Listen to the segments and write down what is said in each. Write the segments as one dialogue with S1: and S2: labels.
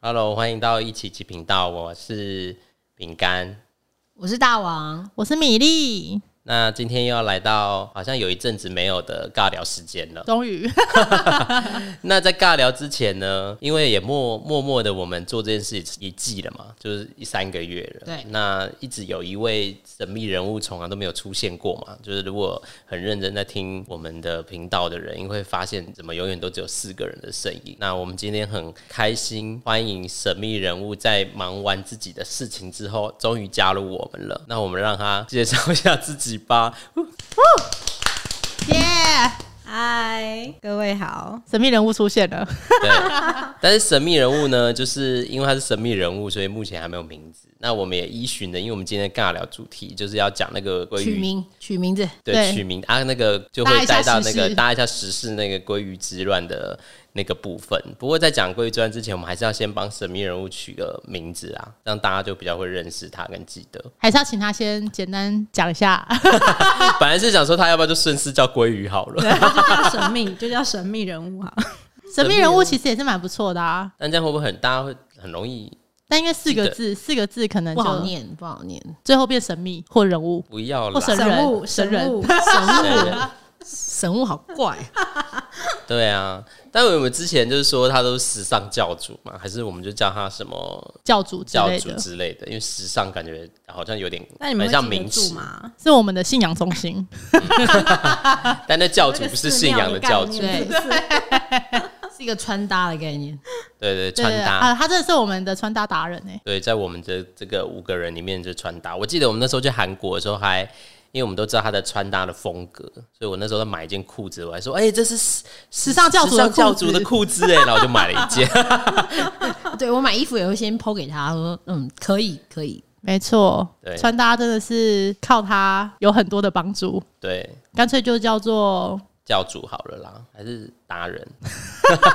S1: Hello，欢迎到一起鸡频道，我是饼干。
S2: 我是大王，
S3: 我是米粒，
S1: 那今天又要来到好像有一阵子没有的尬聊时间了。
S3: 终于
S1: 那在尬聊之前呢，因为也默默默的我们做这件事一季了嘛，就是一三个月了。
S2: 对
S1: 那一直有一位神秘人物从来都没有出现过嘛，就是如果很认真在听我们的频道的人，因为会发现怎么永远都只有四个人的声音。那我们今天很开心，欢迎神秘人物在忙完自己的事情之后，终于加入我们了。那我们让他介绍一下自己吧。
S3: 耶
S2: 嗨，各位好，
S3: 神秘人物出现了，
S1: 对，但是神秘人物呢，就是因为他是神秘人物，所以目前还没有名字。那我们也依循的，因为我们今天尬聊主题就是要讲那个鲑
S2: 取
S1: 鱼，
S2: 名取名字，
S1: 对
S3: 对
S1: 取名啊，那个就
S3: 搭
S1: 会
S3: 一下
S1: 带到那
S3: 时
S1: 个
S3: 事
S1: 搭一下时事那个鲑鱼之乱的那个部分。不过在讲鲑鱼之乱之前，我们还是要先帮神秘人物取个名字啊，让大家就比较会认识他跟记得。
S3: 还是要请他先简单讲一下。
S1: 本来是想说他要不要就顺势叫鲑鱼好了，
S4: 就叫神秘，就叫神秘人 物哈。
S3: 神秘人物其实也是蛮不错的啊，
S1: 但这样会不会很大家会很容易
S3: 但因为四个
S1: 记得
S3: 字，四个字可能
S2: 不好
S3: 就
S2: 念，不好念，
S3: 最后变神秘或人物。
S1: 不要啦？
S3: 或神
S4: 神
S3: 人
S4: 物，
S3: 神
S4: 神
S3: 人
S4: 物，
S1: 对
S2: 神物神物好 怪，
S1: 对啊，但我们之前就是说他都是时尚教主嘛，还是我们就叫他什么
S3: 教主之
S1: 教
S3: 类
S1: 主
S3: 的，
S1: 之类的？因为时尚感觉好像有点，
S4: 那你们
S1: 很
S4: 会
S1: 像
S4: 记得
S1: 名
S4: 住
S1: 词，
S4: 吗？
S3: 是我们的信仰中心。
S1: 但那教哦主不是信仰的教主，
S2: 对
S4: 对，
S2: 是一个穿搭的概念，
S1: 对对，
S3: 对
S1: 穿搭。
S3: 啊，他真的是我们的穿搭达人哎。
S1: 对，在我们的这个五个人里面，就穿搭。我记得我们那时候去韩国的时候还，因为我们都知道他的穿搭的风格，所以我那时候在买一件裤子，我还说：“哎、这是时
S3: 时尚教主
S1: 时
S3: 的
S1: 尚
S3: 裤子
S1: 教主的裤子。”哎，然后我就买了一件。
S2: 对我买衣服也会先抛给他，我说嗯，可以可以，
S3: 没错
S1: 对，
S3: 穿搭真的是靠它有很多的帮助，
S1: 对，
S3: 干脆就叫做
S1: 教主好了啦，还是达人？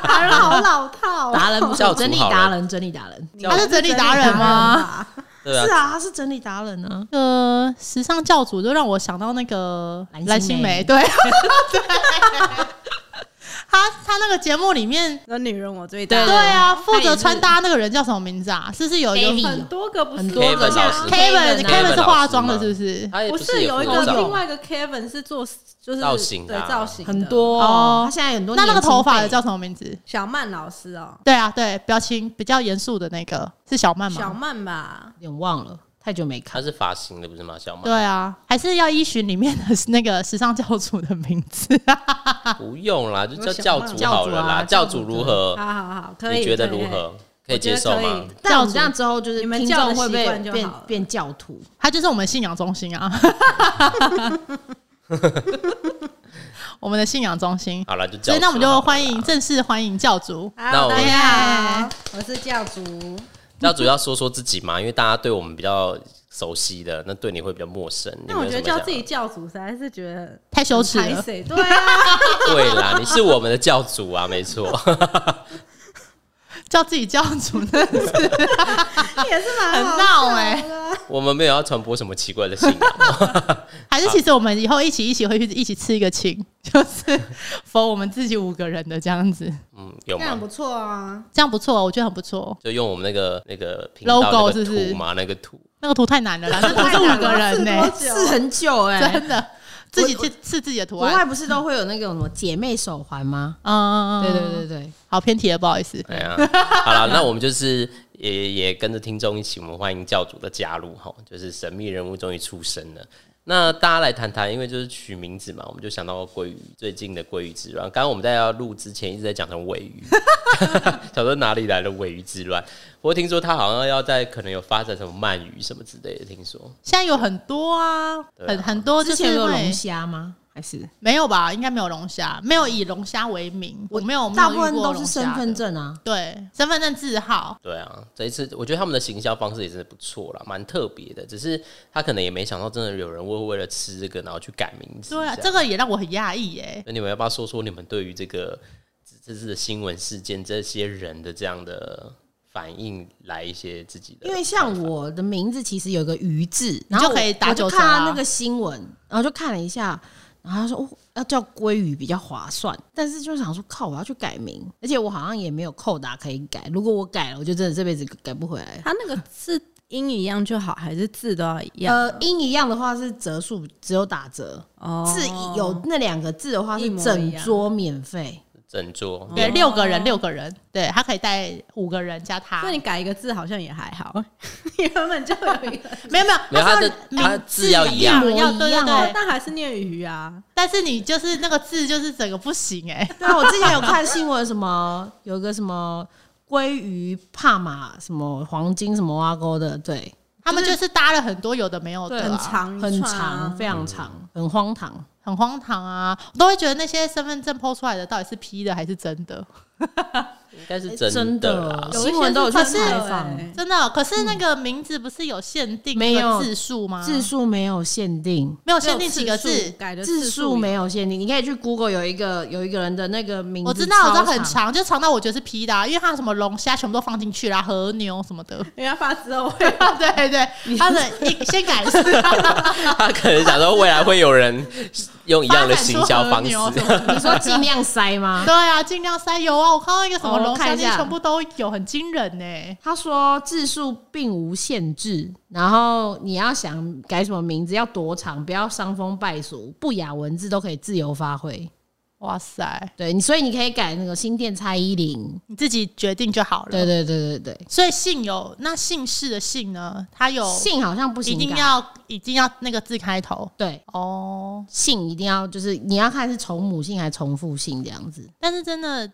S4: 达人好老套啊，
S2: 达人不
S1: 教
S2: 错，
S1: 主
S2: 整理
S1: 好了
S2: 达人，整理达人，
S1: 教
S3: 他是整理达人吗？
S1: 对啊
S4: 是，啊，他是整理达人啊。
S3: 呃，时尚教主就让我想到那个
S2: 蓝心
S3: 蓝心
S2: 湄
S3: 湄，对， 对，他他那个节目里面，
S4: 那女人我最大，
S3: 对啊，负
S2: 嗯他也
S3: 责
S2: 是
S3: 穿搭那个人叫什么名字啊？是不是有有
S2: David
S4: 很多个不是
S2: 很多
S1: 个 Kevin 老师
S3: Kevin
S2: Kevin 啊
S3: Kevin 是化妆的，
S1: 老师吗
S3: 是不是？
S1: 他也
S4: 不
S1: 是
S4: 是
S1: 也
S4: 有一
S1: 护
S4: 个
S1: 照
S4: 另外一个 Kevin 是做就是
S1: 造型的
S4: 对
S1: 啊
S4: 造型的
S2: 很多
S3: 哦
S2: 他现在有很多
S3: 那那个
S2: 年轻
S3: 头发的
S2: 辈
S3: 叫什么名字？
S4: 小曼老师哦，
S3: 对啊，对，表情比较严肃的那个是小曼
S4: 小
S3: 吗？
S4: 曼吧，
S2: 有点忘了，太久没
S1: 他
S2: 看，
S1: 是发型的不是吗？小马
S3: 对啊，还是要依循里面的那个时尚教主的名字。
S1: 不用啦，就叫
S4: 啊我
S1: 教
S4: 想
S1: 主
S2: 教主
S1: 好了
S2: 啊
S1: 啦。教
S2: 教主
S1: 主如何？
S4: 好好好，可以，
S1: 你觉得
S4: 可以
S1: 如？何？可
S4: 可以
S1: 以接受
S4: 我觉得
S1: 吗
S4: 可以？
S2: 但我们
S3: 教主
S2: 这样之后，就是
S4: 你们
S2: 听
S4: 叫
S2: 众
S4: 的
S2: 会
S4: 习
S2: 被
S4: 惯就
S2: 变
S4: 好了
S2: 变教徒，
S3: 他就是我们信仰中心啊， 我们的信仰中心。
S1: 好了，就教
S3: 所以
S1: 主。
S3: 那我们就欢迎正式欢迎教主。
S1: 那
S4: 好，
S1: 我
S4: 大家好，我是教主。
S1: 教主要说说自己嘛，因为大家对我们比较熟悉的，那对你会比较陌生。
S4: 但我觉得
S1: 你有没
S4: 叫
S1: 有什么想
S4: 自己教主实在是觉得
S3: 太羞耻
S4: 很
S3: 了
S4: 排。斥对啊，
S1: 对啦，你是我们的教主啊，没错。
S3: 叫自己教主呢？
S4: 也是蛮好
S3: 很 闹
S4: 笑
S3: 欸
S4: 的啊
S1: 我们没有要传播什么奇怪的信仰，
S3: 还是其实我们以后一起一起回去一起吃一个请，就是 否我们自己五个人的这样子，
S1: 嗯，有
S4: 那很
S1: 吗
S4: 不？错啊。
S3: 这样不错，我觉得很不错。
S1: 就用我们那个那个频道
S3: Logo
S1: 那个
S3: 是不是
S1: 图嘛，那个图。
S3: 那个图太难 了啦，那图是五个人呢、
S4: 是
S2: 是很久哎、
S3: 真的自己刺刺自己的图
S2: 国
S3: 案
S2: 外。不是都会有那个什么姐妹手环吗？
S3: 嗯，嗯嗯
S2: 对对对对，
S3: 好偏题了，不好意思。
S1: 哎呀，好了，那我们就是也也跟着听众一起，我们欢迎教主的加入哈，就是神秘人物终于出生了。那大家来谈谈，因为就是取名字嘛，我们就想到鲑鱼最近的鲑鱼之乱。刚刚我们在要录之前一直在讲成尾鱼， 想说哪里来的尾鱼之乱？不过听说他好像要在可能有发展什么鳗鱼什么之类的，听说
S3: 现在有很多啊，
S1: 对啊
S3: 很很多就
S2: 嗯之
S3: 是
S2: 前有
S3: 会
S2: 龙虾吗？还是
S3: 没有吧？应该没有龙虾，没有以龙虾为名，我没有，没有
S2: 大部分
S3: 遇过
S2: 都是
S3: 龙虾
S2: 身
S3: 的
S2: 份，证啊？
S3: 对，身份证字号，
S1: 对啊，这一次我觉得他们的行销方式也真的不错啦，蛮特别的。只是他可能也没想到，真的有人会为了吃这个然后去改名字。
S3: 对啊，
S1: 样
S3: 这个也让我很讶异耶。
S1: 那你们要不要说说你们对于这个这这次的新闻事件，这些人的这样的反应，来一些自己的看
S2: 因
S1: 法？
S2: 为像我的名字其实有个鱼字，然后
S3: 就可以打
S2: 我就
S3: 九折啊
S2: 看他那个新闻，然后就看了一下，然后他说哦，要叫鲑鱼比较划算，但是就想说靠，我要去改名，而且我好像也没有扣打可以改，如果我改了，我就真的这辈子改不回来。
S5: 它那个是音一样就好，还是字都要一样？
S2: 呃，音一样的话是折数，只有打折；
S4: 呃
S5: 哦
S2: 字一有那两个字的话
S5: 一
S2: 是
S5: 模一
S2: 整
S5: 样
S2: 桌免费。
S1: 整桌
S3: 对，六个人，六个人，对他可以带五个人加他
S5: 所以，你改一个字好像也还好，
S4: 原本就有一个，
S3: 没有没有，
S1: 没有
S3: 他
S1: 它
S3: 说
S1: 的它
S3: 名
S1: 字要一样
S3: 字要对
S2: 一
S3: 对
S2: 样哦
S3: 对，
S5: 但还是念鱼啊。
S3: 但是你就是那个字就是整个不行 哎，
S2: 对啊，我之前有看新闻，什么 有个什么鲑鱼帕马什么黄金什么挖沟的，对，
S3: 他们就是搭了很多有的没有的
S2: 对啊
S3: 啊，
S4: 很长一
S2: 很
S4: 串啊
S2: 长，非常长，很荒唐。
S3: 很荒唐啊！我都会觉得那些身份证 PO 出来的到底是 P 的还是真的？
S1: 应该是
S2: 诶
S1: 真
S2: 真
S1: 的啦
S2: 的。 新闻都有去
S5: 有一些是真
S2: 采
S5: 的
S2: 访
S5: 欸，
S3: 真的哦、可是那个名字不是有限定
S2: 没有
S3: 那个字数吗？
S2: 字数没有限定，
S3: 没有限定几个字，
S5: 改的
S2: 字数
S5: 数
S2: 没有限定，你可以去 Google 有一个有一个人的那个名字，
S3: 我知道，我知道很。长，就长到我觉得是 P 的、啊，因为它什么龙虾全部都放进去啦，和牛什么的。
S5: 人家发之 后会
S3: 对对，他的一先改是
S1: 他可能想说未来会有人用一样的行销方式，
S2: 你说尽量塞吗？
S3: 对啊，尽量塞油啊！我看到一个什么
S2: 哦
S3: 龙虾
S2: 看一
S3: 店
S2: 下
S3: 全部都有，很惊人呢、
S2: 他说字数并无限制，然后你要想改什么名字，要多长，不要伤风败俗，不雅文字都可以自由发挥。
S3: 哇塞，
S2: 对，你所以你可以改那个新店蔡依林。
S3: 你自己决定就好了。
S2: 对对对对对，
S3: 所以姓有那姓氏的姓呢，它有
S2: 姓好像不行
S3: 一
S2: 改，
S3: 定要一定要那个字开头
S2: 对
S3: 哦。
S2: 姓一定要就是你要看是重母姓还是重父姓这样子。
S3: 但是真的，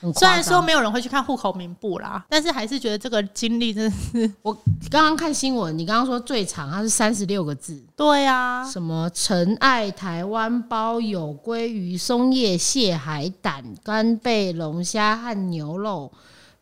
S2: 很
S3: 虽
S2: 夸
S3: 然
S2: 张
S3: 说没有人会去看户口名簿啦，但是还是觉得这个经历真的是
S2: 刚刚看新闻，你刚刚说最长它是三十六个字，
S3: 对啊，
S2: 什么尘埃、台湾包、有鲑鱼、松叶蟹、海胆、干贝、龙虾和牛肉、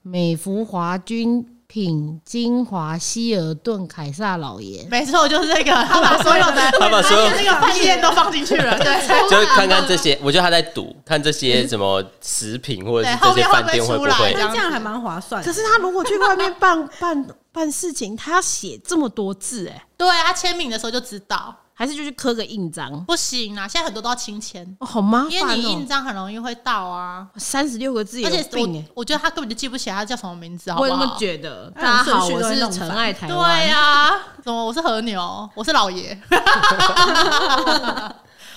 S2: 美福华军品、金华、希尔顿、凯撒老爷。
S3: 没错，就是这个， 他把所有的
S1: 他把所有
S3: 那个饭店都放进去 了，对。
S1: 就是看看这些，我觉得他在赌，看这些什么食品或者是这些饭店会不会
S3: 对后面会不会出来。
S4: 那这样还蛮划算的。
S2: 是他如果去外面办 办办事情，他要写这么多字、哎，
S3: 对他签名的时候就知道
S2: 还是就去刻个印章，
S3: 不行啊，现在很多都要亲签，
S2: 哦，好麻
S3: 因为
S2: 烦
S3: 你印
S2: 哦。
S3: 章很容易会到啊，
S2: 三十六个字有
S3: 而且
S2: 病、欸
S3: 我
S2: 哎，
S3: 我觉得他根本就记不起来他叫什么名字，好
S2: 我
S3: 不
S2: 有没有
S3: 好？
S2: 觉得？
S4: 哎
S2: 大家好，
S4: 顺序
S2: 我
S4: 都会
S2: 是
S4: 弄
S2: 尘
S4: 反
S2: 埃台湾。
S3: 对呀、怎么我是和牛，我是老 爷，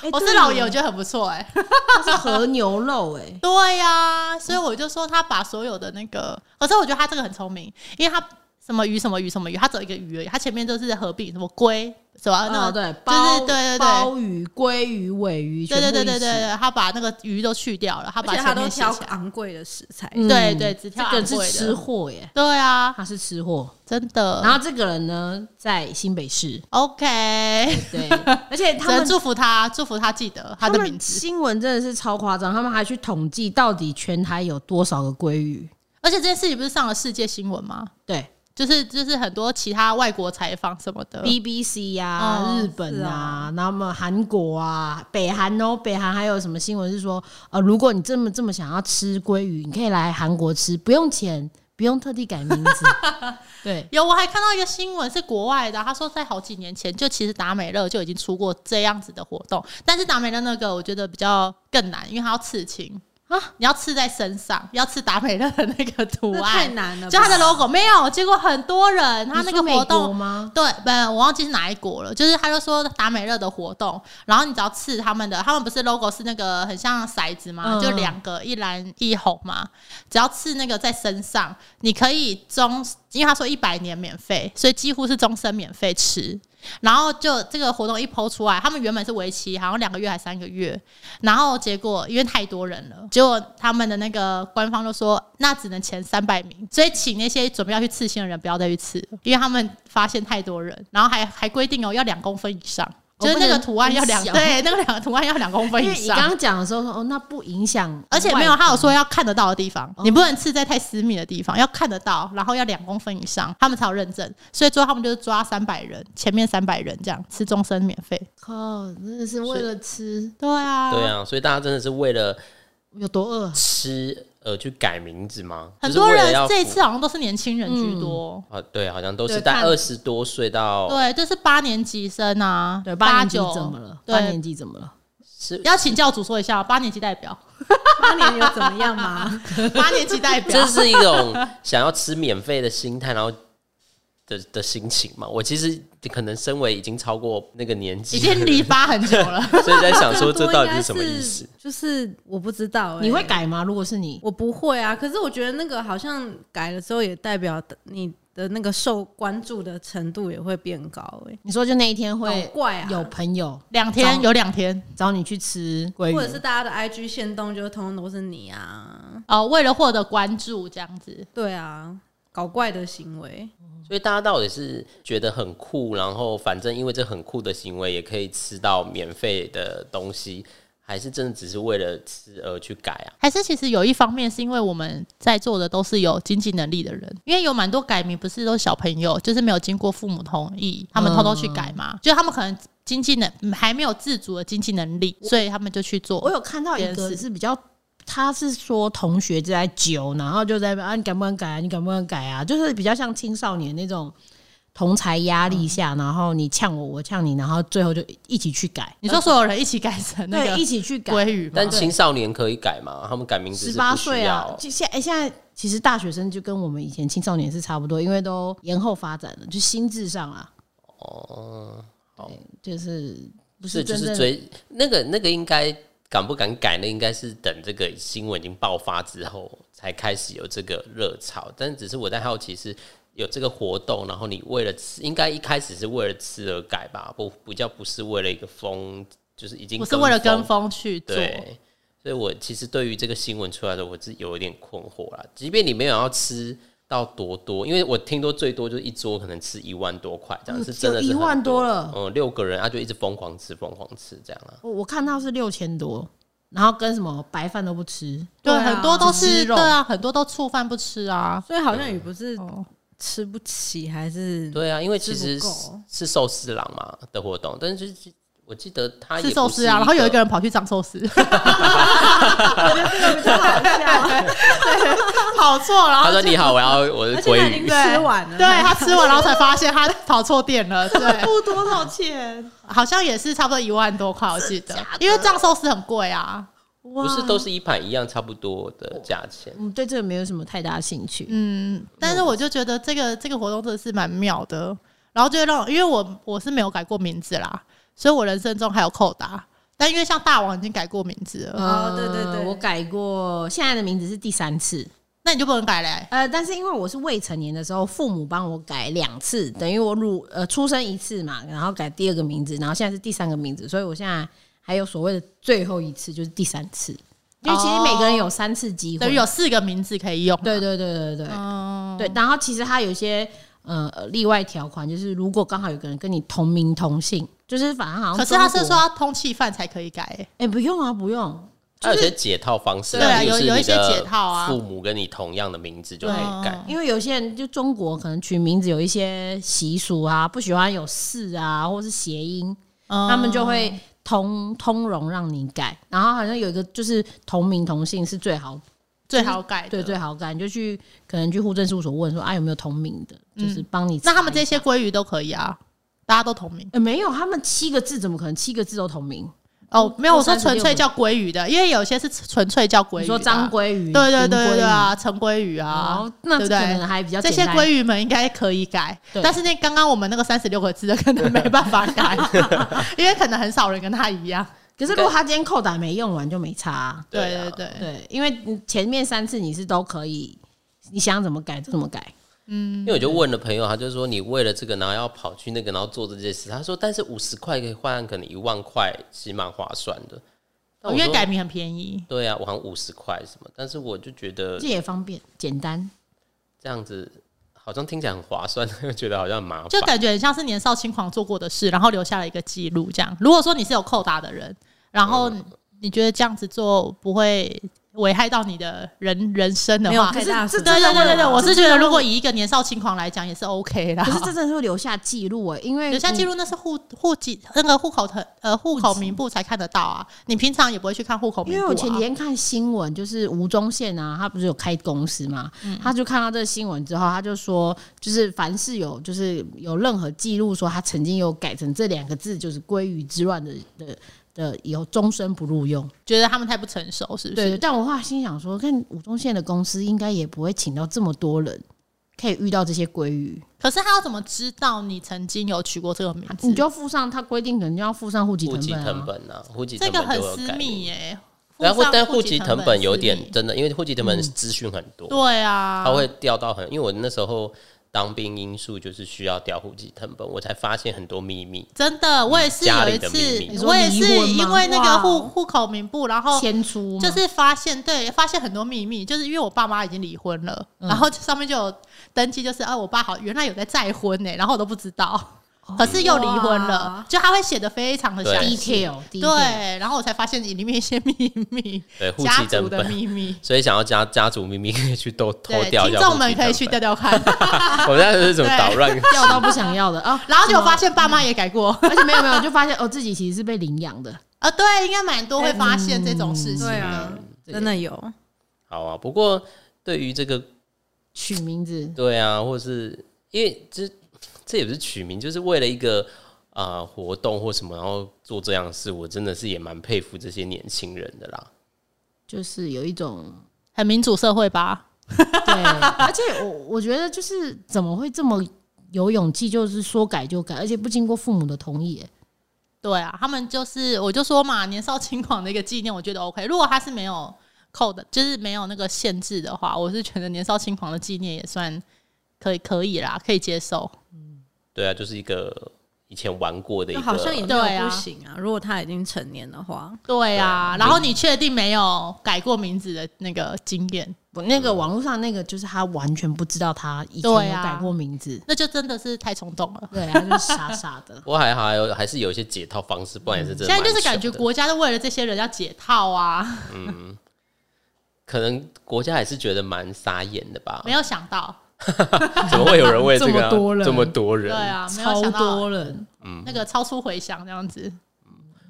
S4: 哎
S3: 我是
S2: 啊
S3: 老爷，我，觉得很不错哎、
S2: 它是和牛肉哎、
S3: 对呀、所以我就说他把所有的那个，可是我觉得他这个很聪明，因为他什么鱼什么鱼什么鱼，他只有一个鱼而已，他前面就是合并什么龟什么啊那
S2: 哦，
S3: 个，
S2: 对，鲍
S3: 对对对
S2: 鲍鱼、鲑鱼、尾鱼，
S3: 对
S2: 全
S3: 对
S2: 部
S3: 对
S2: 一
S3: 对对
S2: 起，
S3: 对，他把那个鱼都去掉了，他
S4: 对而
S3: 把
S4: 且他
S3: 前
S4: 都
S3: 面写
S4: 挑
S3: 起来，
S4: 昂贵的食材，
S2: 嗯
S3: 对对只
S2: 这
S3: 挑
S2: 个
S3: 昂贵
S2: 是
S3: 的呃
S2: 吃货耶，
S3: 对啊，
S2: 他是吃货。
S3: 真的。
S2: 然后这个人呢，在新北市，
S3: OK，
S2: 对，而且
S3: 只
S2: 他
S3: 能
S2: 们
S3: 祝福他，祝福他记得他的名
S2: 们
S3: 字，
S2: 新闻真的是超夸张，他们还去统计到底全台有多少个鲑鱼，
S3: 而且这件事情不是上了世界新闻吗？
S2: 对
S3: 就是就是很多其他外国采访什么的，
S2: ，BBC 呀、
S3: 哦
S2: 日本呃啊，那么韩国啊，北韩哦，北韩还有什么新闻是说，呃，如果你这么这么想要吃鲑鱼，你可以来韩国吃，不用钱，不用特地改名字，对。
S3: 有，我还看到一个新闻是国外的，他说在好几年前就其实达美乐就已经出过这样子的活动，但是达美乐那个我觉得比较更难，因为它要刺青啊，你要刺在身上，要刺达美乐的那个图
S4: 那太
S3: 案，
S4: 难了吧。
S3: 就它的 logo 没有，结果很多人他那
S2: 你
S3: 个
S2: 说美国
S3: 活动。
S2: 吗？
S3: 对，不，我忘记是哪一国了。就是他就说达美乐的活动，然后你只要刺他们的，他们不是 logo 是那个很像骰子嘛，
S2: 嗯
S3: 就两个一蓝一红嘛。只要刺那个在身上，你可以终，因为他说一百年免费，所以几乎是终身免费吃。然后就这个活动一抛出来，他们原本是为期好像两个月还三个月，然后结果因为太多人了，结果他们的那个官方就说那只能前三百名，所以请那些准备要去刺青的人不要再去刺，因为他们发现太多人，然后还还规定哦要两公分以上，
S2: 哦
S3: 就是那
S2: 不
S3: 个
S2: 能
S3: 图案要两
S2: 很小
S3: 对那个两个图案要两公分
S2: 因
S3: 以
S2: 为你刚
S3: 上。
S2: 刚讲的时候说，哦，那不影响，
S3: 哎而且没有，他有说要看得到的地方，
S2: 哦
S3: 你不能刺在太私密的地方，要看得到，然后要两公分以上，他们才有认证。所以最后他们就是抓三百人，前面三百人这样吃终身免费。
S2: 靠，真的是为了吃
S3: 对啊，
S1: 对啊，所以大家真的是为了
S2: 有多饿啊？
S1: 吃而去改名字吗？
S3: 很
S1: 就是
S3: 多
S1: 为了
S3: 人
S1: 要
S3: 这一
S1: 符
S3: 次好像都是年轻人居多，
S1: 啊，对，好像都是
S2: 对
S1: 在
S2: 看
S1: 二十多岁到
S3: 对，就是八年级生啊，
S2: 对，八
S3: 八
S2: 年级
S3: 九
S2: 怎么了？八
S3: 对
S2: 年级怎么了？
S1: 是
S3: 要请教主说一下，八年级代表，
S4: 八年有怎么样 吗？
S3: 八年级代表
S1: 这，是一种想要吃免费的心态，然后的的心情嘛。我其实可能身为已经超过那个年纪，
S3: 已经离八很久了。
S1: 所以在想说
S5: 更
S1: 这
S5: 多
S1: 到
S5: 应
S1: 底
S5: 该
S1: 是什么意思？？
S5: 就是我不知道、欸，
S2: 你会？改吗？如果是你，
S5: 我不会啊。可是我觉得那个好像改了之后，也代表你的那个受关注的程度也会变高、欸，
S2: 你说就那一天
S5: 哎，好
S2: 会
S5: 怪啊！
S2: 有朋友
S3: 两天
S2: 找
S3: 有两天
S2: 找你去吃鲑
S5: 或者是
S2: 鱼，
S5: 大家的 IG 限动，就通通都是你啊，
S3: 哦，为了获得关注这样子，
S5: 对啊，搞怪的行为，
S1: 所以大家到底是觉得很酷，然后反正因为这很酷的行为也可以吃到免费的东西，还是真的只是为了吃而去改啊？
S3: 还是其实有一方面是因为我们在座的都是有经济能力的人，因为有蛮多改名不是都是小朋友，就是没有经过父母同意，他们偷偷去改嘛，就他们可能经济能还没有自主的经济能力，所以他们就去做。
S2: 我有看到一
S3: 别人
S2: 个
S3: 是
S2: 是比较。他是说同学就在揪，然后就在那边啊，你敢不敢改啊？你敢不敢改啊？就是比较像青少年那种同才压力
S1: 嗯
S2: 下，然后你呛我，我呛你，然后最后就一起去改。
S3: 你说所有人一起改成那
S2: 对，一
S3: 个
S2: 起去改。
S3: 鲑鱼吗？
S1: 但青少年可以改吗？他们改名字是
S2: 十
S1: 不
S2: 八
S1: 需
S2: 岁啊
S1: 要，
S2: 就现哎、现在其实大学生就跟我们以前青少年是差不多，因为都延后发展了，就心智上啊，
S1: 哦，
S2: 就是不
S1: 是
S2: 是
S1: 就
S2: 真
S1: 是
S2: 正
S1: 追那个那个应该敢不敢改？那应该是等这个新闻已经爆发之后才开始有这个热潮。但只是我在好奇是有这个活动，然后你为了吃，应该一开始是为了吃而改吧？不，不叫不是为了一个风，就是已经
S3: 我是为了跟
S1: 风
S3: 风去做，
S1: 对，所以我其实对于这个新闻出来的，我是有一点困惑啦。即便你没有要吃到多多，因为我听说最多就是一桌可能吃一万多块，这样
S2: 嗯
S1: 是真的
S2: 有
S1: 是很
S2: 1万多了
S1: 嗯，六个人啊，就一直疯狂吃，疯狂吃这样啊。
S2: 我我看到是六千多，然后跟什么白饭都不吃，
S3: 对，
S5: 对啊
S3: 很多都
S2: 只
S3: 是
S2: 吃肉嗯
S3: 对啊，很多都触犯不吃啊。
S5: 所以好像也不是
S3: 哦，
S5: 吃不起，还是
S1: 对啊，因为其
S5: 吃不
S1: 实
S5: 够
S1: 是是寿司郎嘛的活动，但是就是我记得他也
S3: 吃
S1: 不
S3: 寿司啊，
S1: 是
S3: 然后有一
S1: 个
S3: 个人跑去长寿司，
S4: 比较好
S5: 啊
S4: 笑，
S3: 跑错，然
S1: 他
S3: 后
S1: 说你好，我要我是
S4: 而且他
S1: 鲑
S4: 已经
S1: 鱼，
S4: 吃完了，
S3: 对他吃完，然后才发现他跑错店了，对。
S4: 付多少钱？
S3: 好像也是差不多一万多块，我记得，因为藏寿司很贵啊。
S1: 不是都是一盘一样差不多的价钱。
S2: 嗯，对这个没有什么太大兴趣。
S3: 嗯，但是我就觉得这个这个活动真的是蛮妙的，然后就会让，因为我我是没有改过名字啦，所以我人生中还有扣打。但因为像大王已经改过名字
S2: 嗯
S3: 了，
S5: 哦对对
S2: 呃
S5: 对
S2: 我改过，现在的名字是第三次。
S3: 那你就不能改嘞、
S2: 呃，但是因为我是未成年的时候，父母帮我改两次，等于我入呃出生一次嘛，然后改第二个名字，然后现在是第三个名字，所以我现在还有所谓的最后一次，就是第三次，因为其实每个人有三次机会，
S3: 等于有四个名字可以用。啊
S2: 对对对对对、
S3: 嗯，
S2: 对，然后其实它有一些呃例外条款，就是如果刚好有个人跟你同名同姓，就是反正好像
S3: 可是他是
S2: 中
S3: 说
S2: 国，
S3: 要通气犯才可以改、欸，
S2: 哎、不用啊，不用，
S1: 它有些解套方式、
S3: 对啊
S1: 就是
S3: 有有一些
S1: 你的
S3: 解套啊
S1: 父母跟你同样的名字就可以改。
S2: 因为有些人就中国可能取名字有一些习俗啊，不喜欢有氏啊或是谐音，
S3: 嗯
S2: 他们就会通通融让你改。然后好像有一个就是同名同姓是最好，
S3: 最好改的。
S2: 对最好改，你就去可能去户政事务所问说啊有没有同名的，就是帮你查
S3: 嗯那
S2: 一下。
S3: 他们这些鲑鱼都可以啊，大家都同名。
S2: 呃没有，他们七个字怎么可能七个字都同名？
S3: 哦，没有，我说
S2: 36
S3: 纯粹叫鲑鱼的，因为有些是纯粹叫鲑鱼的啊、
S2: 你说张鲑鱼，
S3: 对对
S2: 林鲑
S3: 对对
S2: 鱼，
S3: 啊，陈鲑鱼啊，
S2: 哦，那
S3: 对
S2: 这
S3: 不对
S2: 可能还比较
S3: 这些
S2: 简单
S3: 鲑鱼们应该可以改，
S2: 对
S3: 但是那刚刚我们那个三十六个字的 可能没办法改，因为可能很少人跟他一样。
S2: 可是如果他今天扣打没用完就没差啊、
S3: 对
S1: 啊
S3: 对对，
S2: 对，因为你前面三次你是都可以，你想怎么改就怎么改。
S3: 嗯
S1: 因为我就问了朋友，他就说你为了这个，然后要跑去那个，然后做这件事。他说，但是五十块可以换可能一万块，其实蛮划算的。但我
S3: 哦因为
S1: 说
S3: 改名很便宜。
S1: 对啊，我好像五十块什么，但是我就觉得
S2: 这也方便简单。
S1: 这样子好像听起来很划算， 又觉得好像很麻
S3: 就
S1: 烦。
S3: 感觉很像是年少轻狂做过的事，然后留下了一个记录。这样，如果说你是有扣打的人，然后
S2: 嗯
S3: 你觉得这样子做不会危害到你的人人生的
S5: 没有
S3: 话，
S5: 太
S3: 对
S5: 大损失？
S3: 对对对对，我啊是觉得
S2: 这
S3: 如果以一个年少轻狂来讲，也是 OK 啦
S2: 可。是这真的会留下记录哎，因为
S3: 留下记
S2: 录。
S3: 录那是户户籍那个户口的呃户口名簿才看得到啊，你平常也不会去看户口
S2: 因
S3: 名
S2: 为
S3: 簿、啊。
S2: 我前几天看新闻，就是吴宗宪啊，他不是有开公司嘛，
S3: 嗯
S2: 他就看到这个新闻之后，他就说，就是凡是有就是有任何记录说他曾经有改成这两个字，就是“归于之乱”的的的有终身不录用。
S3: 觉得他们太不成熟，是不
S2: 对，
S3: 是？
S2: 但我后来心想说，看吴宗宪的公司应该也不会请到这么多人，可以遇到这些鲑鱼，
S3: 可是他要怎么知道你曾经有取过这个名字？
S2: 嗯你就要附上他规定，可能就要附上户籍
S1: 户
S2: 成
S1: 籍
S2: 本、
S1: 成
S2: 啊。
S1: 本啊，户籍
S3: 这
S1: 成
S3: 个
S1: 本
S3: 很
S1: 就有
S3: 私
S1: 概
S3: 密
S1: 念。
S3: 耶、
S1: 然后
S3: 上
S1: 啊但
S3: 户
S1: 户
S3: 籍
S1: 籍
S3: 成
S1: 成
S3: 本
S1: 本有
S3: 私密嗯
S1: 点真的，因为户籍成本资讯很多，
S3: 对啊，
S1: 它会调到很，因为我那时候当兵因素就是需要调户籍成本，我才发现很多秘密。
S3: 真的，我也是
S1: 家
S3: 有
S1: 里
S3: 一
S1: 的秘密
S2: 你
S3: 次，
S2: 说
S3: 我也是
S2: 离婚吗
S3: 因为那个
S2: 哇哦
S3: 户户口名簿，然后
S2: 迁出吗
S3: 就是发现对，发现很多秘密，就是因为我爸妈已经离婚了，
S2: 嗯
S3: 然后上面就有登记，就是啊，我爸好原来有在再婚呢、然后我都不知道，可是又离婚了
S4: 哇，
S3: 就他会写的非常的
S1: 对
S3: 详细。
S2: detail
S3: 对，然后我才发现里面一些秘密，
S1: 对，户
S3: 家
S1: 籍
S3: 族
S1: 成
S3: 的
S1: 本。
S3: 秘密。
S1: 所以想要家家族秘密可以去偷偷
S3: 对，
S1: 掉一
S3: 听
S1: 下
S3: 众
S1: 户籍
S3: 们可
S1: 成
S3: 以去调
S1: 本
S3: 调看，。
S1: 我们现在是怎么捣乱？
S2: 要到不想 要的啊
S3: 然后就发现爸妈也改过，
S2: 而且没有没有，就发现哦，自己其实是被领养的。
S3: 啊，对，应该蛮多会发现这种事情
S4: 嗯
S5: 对
S3: 的。
S5: 啊，真的有，
S1: 好啊，不过对于这个，
S2: 取名字，
S1: 对啊，或是因为这这也不是取名，就是为了一个啊活动或什么，然后做这样的事，我真的是也蛮佩服这些年轻人的啦。
S2: 就是有一种
S3: 很民主社会吧？
S2: 对，而且我我觉得就是怎么会这么有勇气，就是说改就改，而且不经过父母的同意耶。
S3: 对啊，他们就是我就说嘛，年少轻狂的一个纪念，我觉得 OK。如果他是没有扣的，就是没有那个限制的话，我是觉得年少轻狂的纪念也算可以可以啦，可以接受。
S1: 对啊，就是一个以前玩过的一
S5: 就
S1: 个，。
S5: 好像也没
S3: 对
S5: 有
S3: 啊
S5: 不行啊。如果他已经成年的话，
S3: 对啊，然后你确定没有改过名字的那个经验，
S2: 我那个网络上那个就是他完全不知道他以前
S3: 对
S2: 有
S3: 啊
S2: 改过名字，
S3: 那就真的是太冲动了。
S2: 对啊，就是傻傻的
S1: 不过还好，还有还是有一些解套方式，不然也是真的
S3: 嗯现
S1: 蛮
S3: 在
S1: 糗的。
S3: 就是感觉国家都为了这些人要解套啊，
S1: 可能国家还是觉得蛮傻眼的吧
S3: 没？有想到，
S1: 怎么会有人为
S2: 这
S1: 这 个
S2: 么
S1: 啊
S2: 多人
S1: 这么多人
S3: 对？啊，没有
S2: 超
S3: 想到
S2: 多人，
S3: 那个超出回响这样子。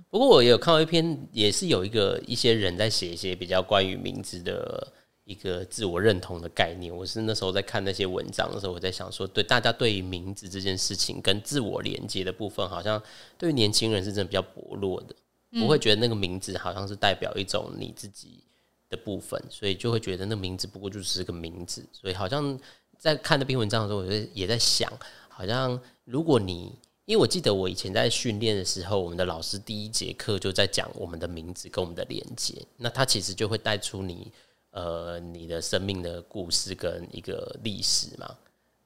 S1: 不过我也有看到一篇，也是有一个一些人在写一些比较关于名字的一个自我认同的概念。我是那时候在看那些文章的时候，我在想说，对大家对于名字这件事情跟自我连接的部分，好像对于年轻人是真的比较薄弱的，不会觉得那个名字好像是代表一种你自己的部分，所以就会觉得那名字不过就是个名字，所以好像在看那篇文章的时候，我就也在想，好像如果你因为我记得我以前在训练的时候，我们的老师第一节课就在讲我们的名字跟我们的连接，那他其实就会带出你呃你的生命的故事跟一个历史嘛。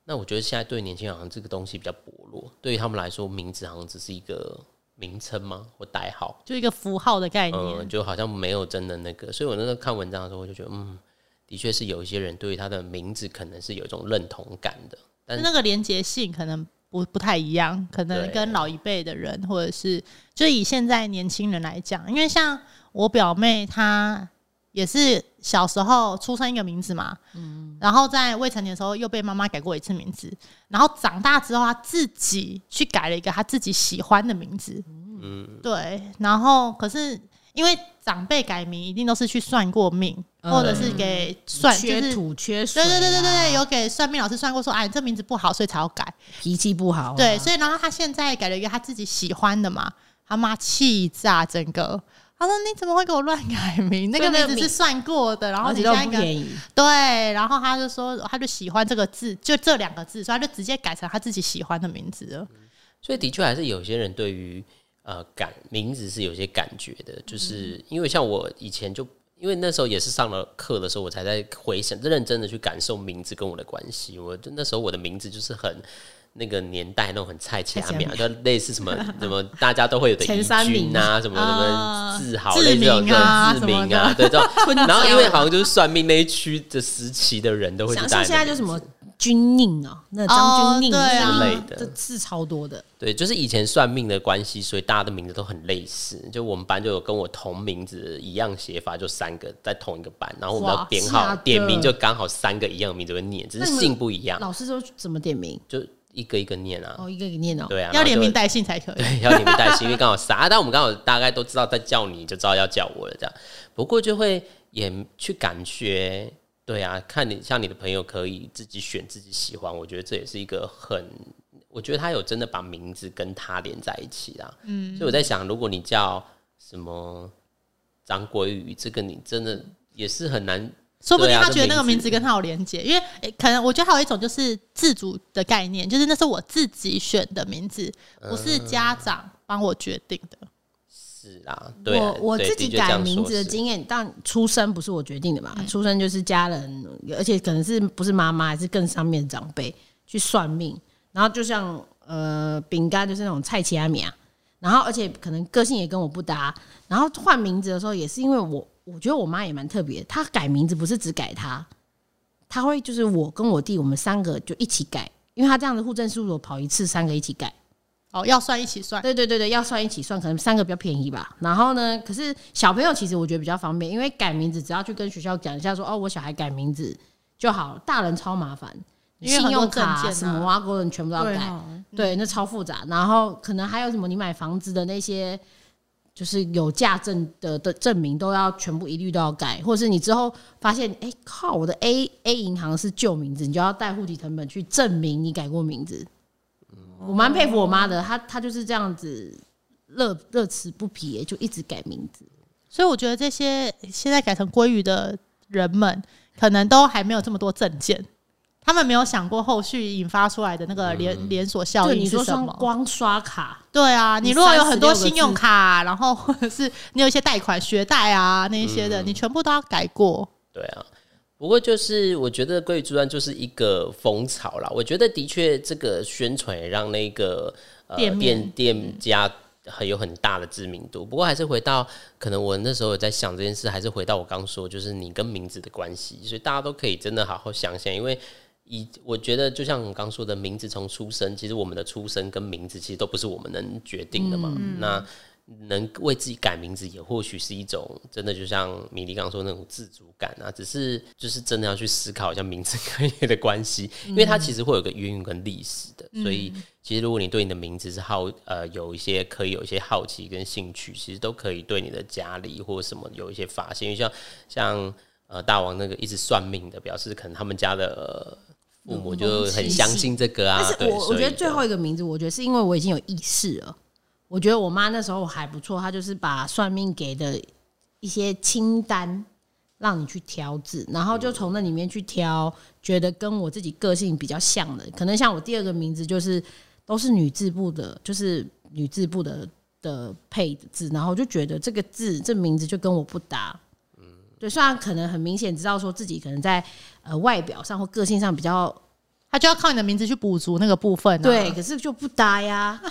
S1: 那我觉得现在对年轻人好像这个东西比较薄弱，对于他们来说，名字好像只是一个名称吗或代号，
S3: 就一个符号的概念，
S1: 嗯，就好像没有真的那个。所以我那时候看文章的时候，我就觉得，嗯，的确是有一些人对于他的名字可能是有一种认同感的，但
S3: 那个连结性可能不不太一样，可能
S1: 对
S3: 跟老一辈的人，或者是就以现在年轻人来讲，因为像我表妹她也是小时候出生一个名字嘛，嗯，然后在未成年的时候又被妈妈改过一次名字，然后长大之后她自己去改了一个她自己喜欢的名字，
S1: 嗯，
S3: 对，然后可是因为长辈改名一定都是去算过命，
S1: 嗯
S3: 或者是给算就
S2: 缺
S3: 是
S2: 土缺水、
S3: 对对对对对
S1: 啊
S3: 对，，有给算命老师算过说，哎，这名字不好，所以才要改。
S2: 脾气不
S1: 哦
S2: 好啊、
S3: 对，所以然后他现在改了一个他自己喜欢的嘛，他妈气炸整个。他说：“你怎么会给我乱改名？那
S2: 所以
S3: 个
S2: 那
S3: 名
S2: 个
S3: 字
S2: 名
S3: 是算过的，然后
S2: 而
S1: 啊
S3: 你
S2: 且
S3: 现
S2: 都
S3: 在
S2: 不
S3: 改
S2: 便宜，
S3: 对，然后他就说，他就喜欢这个字，就这两个字，所以他就直接改成他自己喜欢的名字了。
S1: 所以的确还是有些人对于呃感名字是有些感觉的，
S2: 嗯
S1: 就是因为像我以前就。因为那时候也是上了课的时候，我才在回想，认真的去感受名字跟我的关系。我就那时候我的名字就是很那个年代那种很菜奇
S2: 菜市
S1: 阿
S2: 阿
S1: 米啊，就类似 什么什么大家都会有的
S2: 前
S1: 怡
S2: 三名
S1: 君啊，什么什
S3: 啊
S1: 么志豪
S3: 志
S1: 类似这种
S3: 明啊
S1: 对
S3: 什
S1: 志
S3: 么
S1: 明
S3: 的
S1: 啊，对这 种。然后因为好像就是算命那一区的时期的人都会去
S2: 想
S1: 带
S2: 象
S1: 那
S2: 现在
S1: 个
S2: 就什
S1: 名
S2: 么
S1: 字
S2: 军令啊，那张军令
S3: 哦对啊
S1: 之类的
S2: 这字超多的。
S1: 对，就是以前算命的关系，所以大家的名字都很类似。就我们班就有跟我同名字一样写法，就三个在同一个班，然后我们要
S2: 哇
S1: 编
S2: 吓
S1: 号
S2: 得
S1: 点名，就刚好三个一样的名字会念，只是
S2: 那你们
S1: 姓不一样，
S2: 老师说怎么点名？
S1: 就一个一个念啊。
S2: 哦，一个一个念哦。
S1: 对啊，
S3: 要
S1: 然后
S3: 连
S1: 就
S3: 名带姓才可 以。
S1: 对，要啊连名带姓，因为刚好啥，但我们刚好大概都知道在叫你，就知道要叫我了这样。不过就会也去感觉，对啊，看你像你的朋友可以自己选自己喜欢，我觉得这也是一个很，我觉得他有真的把名字跟他连在一起啦。嗯，所以我在想，如果你叫。什么张鲑鱼，这个你真的也是很难。
S3: 说不定
S1: 对啊
S3: 他觉得
S1: 这
S3: 那个
S1: 名
S3: 名
S1: 字
S3: 字跟他有连接，因为诶可能我觉得还有一种就是自主的概念，就是那是我自己选的名字，不是
S1: 呃
S3: 家长帮我决定的。
S1: 是啊，对啊
S2: 我我
S1: 对
S2: 自己
S1: 的确这
S2: 改
S1: 样
S2: 名
S1: 说
S2: 字的
S1: 是嗯
S2: 经验，但出生不是我决定的嘛，出生就是家人，而且可能是不是妈妈，还是更上面的长辈去算命。然后就像呃饼干就是那种菜奇阿米啊，然后而且可能个性也跟我不搭。然后换名字的时候也是因为我，我觉得我妈也蛮特别的，她改名字不是只改她，她会就是我跟我弟我们三个就一起改，因为她这样子户政事务所跑一次，三个一起改。
S3: 哦，要算一起算，
S2: 对对对对，要算一起算，可能三个比较便宜吧。然后呢，可是小朋友其实我觉得比较方便，因为改名字只要去跟学校讲一下说哦，我小孩改名字就好了。大人超麻烦，
S3: 因为
S2: 信
S3: 很多
S2: 用卡、
S3: 证件啊
S2: 什么挖沟人全部都要
S5: 对
S2: 改，
S5: 哦，
S2: 嗯对，那超复杂。然后可能还有什么，你买房子的那些，就是有价证的的证明都要全部一律都要改，或是你之后发现，哎、靠，我的 A A 银行是旧名字，你就要带户籍成本去证明你改过名字。我蛮佩服我妈的，她她就是这样子乐乐此不疲、就一直改名字。
S3: 所以我觉得这些现在改成鲑鱼的人们，可能都还没有这么多证件，他们没有想过后续引发出来的那个连、连锁效
S2: 就
S3: 应
S2: 你
S3: 是
S2: 说
S3: 什
S2: 像
S3: 么。
S2: 光刷卡，
S3: 对啊，
S2: 你
S3: 你如果有很多
S2: 36个
S3: 信用卡，然后或者是你有一些贷款、学贷啊那一些的，你全部都要改过。
S1: 对啊，不过就是我觉得《鲑鱼之乱》就是一个风潮啦。我觉得的确，这个宣传也让那个呃
S3: 店面
S1: 店店家很有很大的知名度。不过还是回到，可能我那时候有在想这件事，还是回到我刚说，就是你跟名字的关系。所以大家都可以真的好好想想，因为。以我觉得，就像我们刚说的，名字从出生，其实我们的出生跟名字其实都不是我们能决定的嘛。
S3: 嗯
S1: 那能为自己改名字，也或许是一种真的，就像米莉刚说那种自主感啊。只是就是真的要去思考一下名字跟你的关系，
S2: 嗯
S1: 因为它其实会有个渊源跟历史的。所以其实如果你对你的名字是好呃有一些可以有一些好奇跟兴趣，其实都可以对你的家里或什么有一些发现。因为像像呃大王那个一直算命的，表示可能他们家的。呃父母
S2: 嗯
S1: 就很相信这个啊，
S2: 但是
S1: 对
S2: 我
S1: 所
S2: 我
S1: 以
S2: 觉得最
S1: 就
S2: 后一个名字，我觉得是因为我已经有意识了。我觉得我妈那时候还不错，她就是把算命给的一些清单让你去挑字，然后就从那里面去挑，觉得跟我自己个性比较像的。可能像我第二个名字就是都是女字部的，就是女字部的的配字，然后我就觉得这个字这名字就跟我不搭。
S1: 嗯
S2: 对，虽然可能很明显知道说自己可能在呃外表上或个性上比较
S3: 他就要靠你的名字去补足那个部分、啊。
S2: 对，，可是就不搭呀。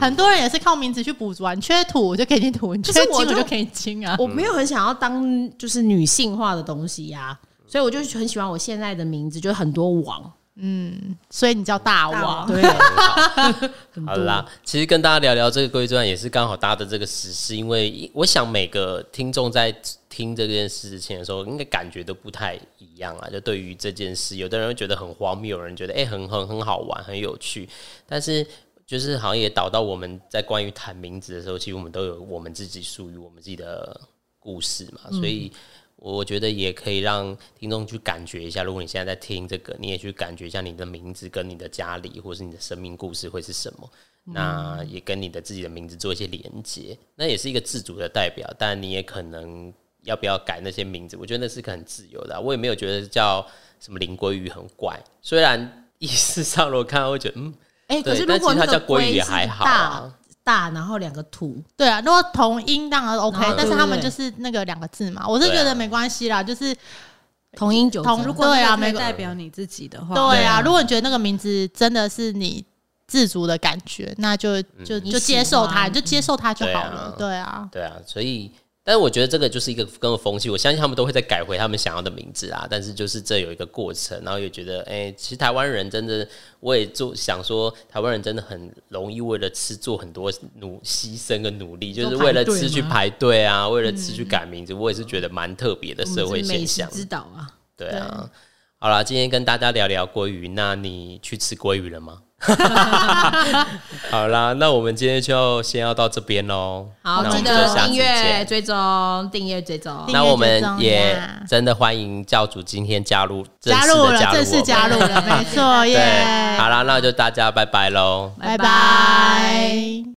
S3: 很多人也是靠名字去补足啊。你缺土我就给你土，你缺
S2: 可是
S3: 金
S2: 我
S3: 我
S2: 就
S3: 就给你金啊。
S2: 我没有很想要当就是女性化的东西呀、所以我就很喜欢我现在的名字，就很多王，
S3: 所以你叫大
S5: 大
S3: 王
S5: 王，
S2: 对，很
S1: 好
S2: 多
S1: 啦，其实跟大家聊聊这个《归传》也是刚好搭的这个时事，因为我想每个听众在听这件事情的时候，应该感觉都不太一样啊。就对于这件事，有的人会觉得很荒谬，有人觉得哎、很很很好玩，很有趣，但是。就是好像也导到我们在关于谈名字的时候，其实我们都有我们自己属于我们自己的故事嘛，所以我觉得也可以让听众去感觉一下，如果你现在在听这个，你也去感觉一下你的名字跟你的家里或是你的生命故事会是什么。那
S2: 嗯
S1: 也跟你的自己的名字做一些连接，那也是一个自主的代表，但你也可能要不要改那些名字，我觉得那是个很自由的啊、我也没有觉得叫什么林鲑鱼很怪，虽然意识上 如果看到会觉得嗯，
S2: 哎、可
S1: 对
S2: 是如果
S1: 但其实
S2: 那
S1: 它
S2: 个
S1: 叫鲑鱼
S2: 龟
S1: 也
S2: 是
S1: 还好
S2: 大
S1: 啊
S2: 大，然后两个土，
S3: 对啊，如果同音当然 OK，、
S2: 嗯
S3: 但是他们
S2: 对
S3: 就是那个两个字嘛，我是
S1: 对啊
S3: 觉得没关系啦，就是
S2: 哎同音九
S3: 同
S2: 声
S3: 如果
S5: 对
S3: 对啊
S5: 啊，
S3: 没
S5: 没代表你自己的话，
S3: 对
S1: 对啊
S3: 啊，如果你觉得那个名字真的是你自足的感觉，那就就
S2: 嗯
S3: 就接受
S2: 你喜
S3: 它，
S2: 欢
S3: 你就接受它就好了
S1: 嗯。
S3: 对啊，
S1: 对啊，所以。但是我觉得这个就是一个跟个风气，我相信他们都会再改回他们想要的名字啊。但是就是这有一个过程，然后也觉得，哎、其实台湾人真的，我也做想说，台湾人真的很容易为了吃做很多努牺牲跟努力，就是为了吃去排队啊，为了吃去改名字，我也是觉得蛮特别的社会
S2: 嗯我们是美
S1: 现
S2: 食
S1: 象。
S2: 之岛啊，
S1: 对啊，好啦，今天跟大家聊聊鲑鱼，那你去吃鲑鱼了吗？ 好啦，那我们今天就先要到这边喽。
S2: 好，
S1: 那我
S2: 记
S1: 们就
S2: 得
S1: 下次
S2: 订阅、
S1: 见。
S2: 追踪、订阅、追踪。
S3: 订阅
S1: 那我们
S3: 追踪
S1: 也
S3: 呀
S1: 真的欢迎教主今天加入，正
S3: 啊加
S1: 式
S3: 入
S1: 的
S3: 了，
S1: 入
S3: 正式加入
S1: 我们。
S3: 了，没错
S1: 对
S3: 耶，，
S1: 好啦，那就大家拜拜喽。
S2: 拜
S3: 拜
S2: 拜
S3: 拜。